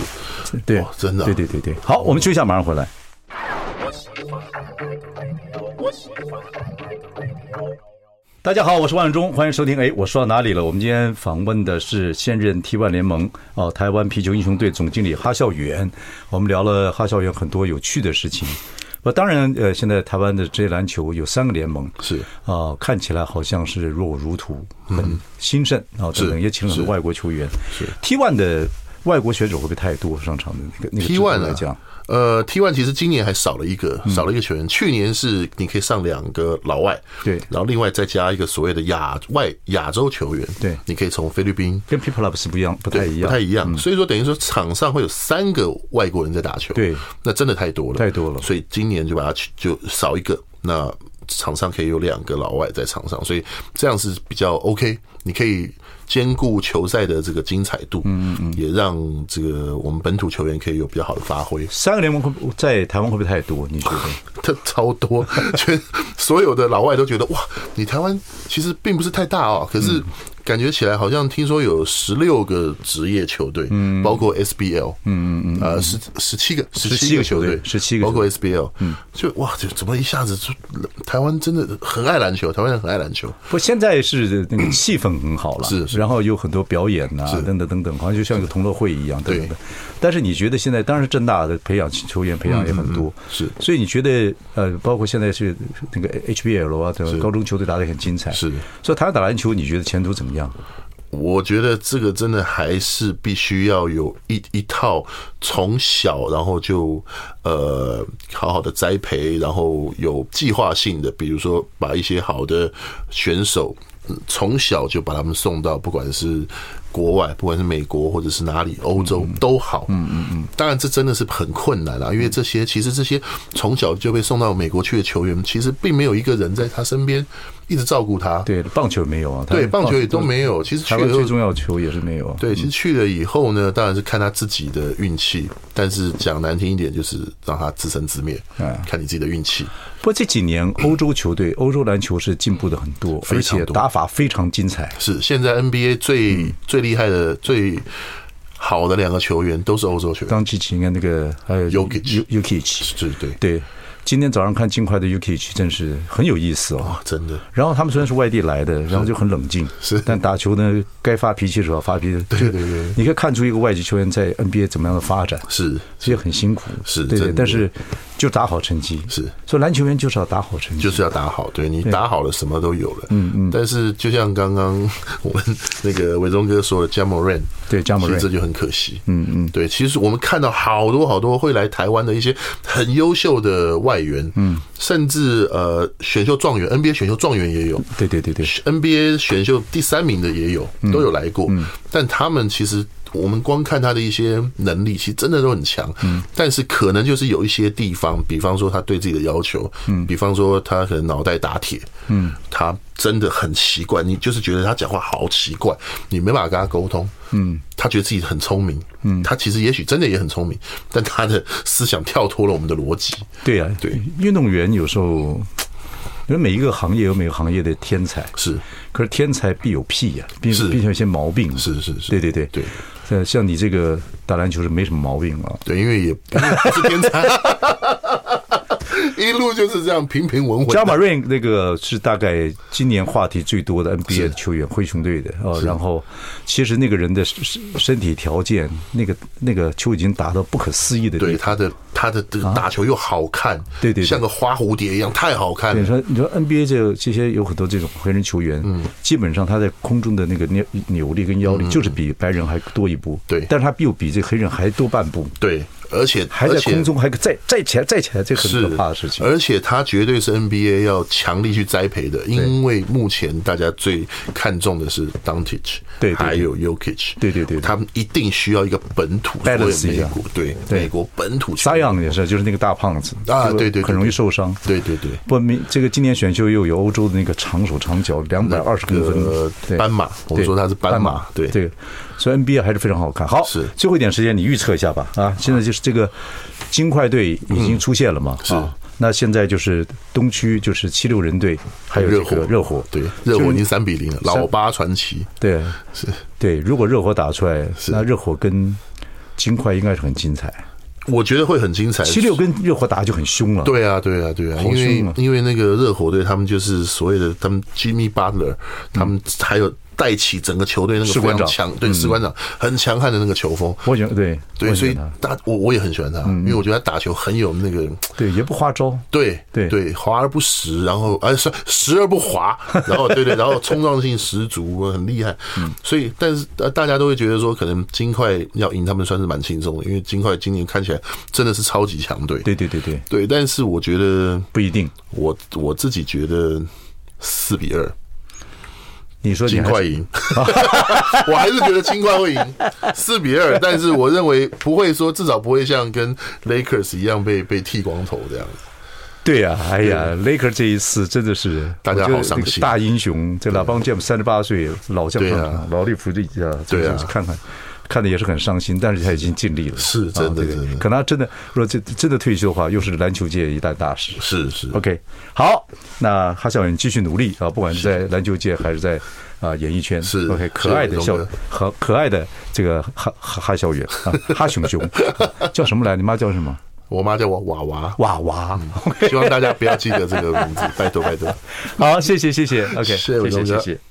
S1: 对
S2: 哦，真的啊
S1: 对对对对。好，我们休息一下，马上回来。大家好，我是万永忠，欢迎收听。哎，我说到哪里了？我们今天访问的是现任 T1 联盟哦，台湾啤酒英雄队总经理哈孝元。我们聊了哈孝元很多有趣的事情。不，当然，呃，现在台湾的职业篮球有三个联盟，
S2: 是
S1: 啊、看起来好像是若有如图，很兴盛啊、等等，
S2: 嗯是
S1: 也请了很多
S2: 是
S1: 外国球员。是 T1 的外国选手会不会太多？上场的那个那个
S2: T
S1: 制度
S2: one
S1: 来讲嗯
S2: 啊，，呃，T one 其实今年还少了一个，少了一个球员。去年是你可以上两个老外，
S1: 对
S2: 然后另外再加一个所谓的亚外亚洲球员，
S1: 对
S2: 你可以从菲律宾。
S1: 跟 People Up 是不一样，不太
S2: 对
S1: 一
S2: 不
S1: 样嗯
S2: 太。一样，所以说等于说场上会有三个外国人在打球，
S1: 对，
S2: 那真的太多了，
S1: 太多了
S2: 所以今年就把它去就少一个，那场上可以有两个老外在场上，所以这样是比较 OK，你可以兼顾球赛的这个精彩度，嗯嗯，也让这个我们本土球员可以有比较好的发挥。
S1: 三个联盟会不在台湾会不会太多？你觉得？
S2: 特超多，全所有的老外都觉得哇，你台湾其实并不是太大哦，可是感觉起来好像听说有十六个职业球队，嗯，包括 SBL，嗯嗯嗯，呃，十十七个十
S1: 17个球队
S2: 队，
S1: 17个
S2: 包括 SBL，嗯，就哇，就怎么一下子就台湾真的很爱篮球，台湾人很爱篮球，
S1: 不，现在是那个气氛很好了，
S2: 是是
S1: 然后有很多表演呐、等等等等，好像就像一个同乐会一样，等等
S2: 对
S1: 的。但是你觉得现在，当然正大的培养球员培养也很多，
S2: 嗯是
S1: 所以你觉得呃，包括现在是那个 HBL 啊，对吧？高中球队打得也很精彩，
S2: 是。
S1: 所以台湾打篮球，你觉得前途怎么样？
S2: 我觉得这个真的还是必须要有一一套从小，然后就呃好好的栽培，然后有计划性的，比如说把一些好的选手嗯从小就把他们送到不管是国外，不管是美国或者是哪里，欧洲都好。嗯嗯嗯。当然，这真的是很困难啊，因为这些其实这些从小就被送到美国去的球员，其实并没有一个人在他身边一直照顾他。
S1: 对，棒球没有啊，台湾
S2: 对，棒球也都没有。其实去
S1: 台
S2: 了
S1: 湾
S2: 以
S1: 最
S2: 后。
S1: 重要的球也是没有啊。
S2: 对，其实去了以后呢，当然是看他自己的运气，但是讲难听一点，就是让他自生自灭，看你自己的运气。
S1: 不过这几年欧洲球队、欧洲篮球是进步的很多，而
S2: 非常
S1: 且
S2: 多
S1: 打法非常精彩。
S2: 是现在 NBA 最、最厉害的、最好的两个球员都是欧洲球员，
S1: 当季奇跟那个还有
S2: Jokic
S1: U Ukic，
S2: 是对，
S1: 对，今天早上看金块的 Yuki 真是很有意思哦。
S2: 哇，真的
S1: 然后他们虽然是外地来的，然后就很冷静，
S2: 是
S1: 但打球呢，该发脾气的时候要发脾气。对
S2: 对对对，
S1: 你可以看出一个外籍球员在 NBA 怎么样的发展，
S2: 是
S1: 所以很辛苦，
S2: 是
S1: 对
S2: 真
S1: 对，
S2: 的
S1: 但是就打好成绩，
S2: 是
S1: 所以篮球员就是要打好成绩，
S2: 就是要打好，对你打好了，什么都有了。嗯嗯。但是就像刚刚我们那个伟忠哥说的 j a m o r a n
S1: 对 Ja Morant
S2: 这就很可惜。嗯嗯，对，其实我们看到好多好多会来台湾的一些很优秀的外援，嗯，甚至呃选秀状元，NBA 选秀状元也有。
S1: 对对对对，
S2: NBA 选秀第三名的也有，都有来过，但他们其实我们光看他的一些能力，其实真的都很强，但是可能就是有一些地方，比方说他对自己的要求，比方说他可能脑袋打铁，嗯，他真的很奇怪，你就是觉得他讲话好奇怪，你没办法跟他沟通，嗯，他觉得自己很聪明，嗯，他其实也许真的也很聪明，但他的思想跳脱了我们的逻辑，
S1: 对啊，
S2: 对，
S1: 运动员有时候。因为每一个行业有每个行业的天才，
S2: 是
S1: 可是天才必有癖呀、必
S2: 是
S1: 必须有一些毛病。
S2: 是是是
S1: 对对对
S2: 对。
S1: 呃，像你这个打篮球是没什么毛病啊，
S2: 对，因为也因为不是天才， 一路就是这样平平稳稳的。
S1: 加马瑞那个是大概今年话题最多的 NBA
S2: 是
S1: 球员，灰熊队的哦。然后，其实那个人的身身体条件，那个那个球已经打到不可思议的地
S2: 对
S1: 步。
S2: 他的他的这个打球又好看，
S1: 啊对对对
S2: 像个花蝴蝶一样，太好看
S1: 你
S2: 了。
S1: 啊说，你说 NBA 这这些有很多这种黑人球员，
S2: 嗯
S1: 基本上他在空中的那个扭扭力跟腰力，就是比白人还多一步。
S2: 对
S1: 但是他又比这黑人还多半步，
S2: 对，而且
S1: 还在
S2: 而且
S1: 空中还再再起来再起来，这很
S2: 是
S1: 可怕的事情。
S2: 而且他绝对是 NBA 要强力去栽培的，因为目前大家最看重的是 d u n t i c
S1: 对对对
S2: 还有 Yokich，
S1: 对对对
S2: 他们一定需要一个本土，所
S1: Balance
S2: 以美
S1: 一下
S2: 国对
S1: 对
S2: 美国本土球
S1: 沙
S2: 员，
S1: 样也是，就是那个大胖子
S2: 啊
S1: 这个
S2: 对对对
S1: 很容易受伤。
S2: 对对对，
S1: 不，明这个今年选秀又有欧洲的那个长手长脚，两百二十公
S2: 呃
S1: 分，对
S2: 斑马我们
S1: 对
S2: 说它是斑马对
S1: 对，所以 NBA 还是非常好看。好，
S2: 是
S1: 最后一点时间，你预测一下吧。啊，现在就是这个金块队已经出现了嘛？
S2: 是
S1: 啊。那现在就是东区就是七六人队，还有这个热火，
S2: 对，
S1: 就
S2: 热
S1: 是
S2: 火已经三比零了，
S1: 三
S2: 老八传奇
S1: 对
S2: 是。
S1: 对。如果热火打出来，那热火跟金块应该是很精彩。
S2: 我觉得会很精彩。
S1: 七六跟热火打就很凶了，
S2: 呃对啊，对啊，对啊，
S1: 好
S2: 因为
S1: 凶啊
S2: 因为那个热火队他们就是所谓的他们 Jimmy Butler，他们还有带起整个球队那个
S1: 士
S2: 非
S1: 官
S2: 常
S1: 长嗯
S2: 强，对士官长很强悍的那个球风。
S1: 我觉得对
S2: 对，
S1: 我
S2: 所
S1: 觉
S2: 以
S1: 得嗯
S2: 大我我也很喜欢他，因为我觉得他打球很有那个
S1: 对也不花招，
S2: 对
S1: 对
S2: 对，华而不实，然后哎是实而不华， 然后对对，然后冲撞性十足，很厉害。
S1: 嗯
S2: 所以，但是呃，大家都会觉得说，可能金块要赢他们算是蛮轻松的，因为金块今年看起来真的是超级强队。
S1: 对对对对，
S2: 对，但是我觉得
S1: 不一定。
S2: 我我自己觉得四比二，
S1: 你说你
S2: 金
S1: 还
S2: 块
S1: 是
S2: 赢，我还是觉得金块会赢四比二，但是我认为不会说，至少不会像跟 Lakers 一样被被剃光头这样子。
S1: 对呀、哎呀，Laker 这一次真的是
S2: 大家
S1: 我觉得
S2: 好伤
S1: 这个
S2: 心
S1: 大英雄，这拉邦詹姆三十八岁老将
S2: 对啊
S1: 啊，老力扶着一下，
S2: 对啊
S1: 就是看看。看的也是很伤心，但是他已经尽力了，
S2: 是真的
S1: 啊对
S2: 真的
S1: 可能他真的，如果真真的退休的话，又是篮球界一大大事。
S2: 是是
S1: OK，好，那哈小远继续努力啊，不管是在篮球界还是在啊、演艺圈，
S2: 是
S1: OK，
S2: 是
S1: 可爱的
S2: 荣
S1: 小
S2: 哥
S1: 和可爱的这个哈哈哈小远啊，哈熊 熊、啊叫什么来？你妈叫什么？
S2: 我妈叫我娃娃，
S1: 娃娃。
S2: 嗯希望大家不要记得这个名字，拜托拜托。
S1: 好，谢谢谢谢，OK，
S2: 谢谢
S1: 谢
S2: 荣
S1: 谢
S2: 哥
S1: 谢谢。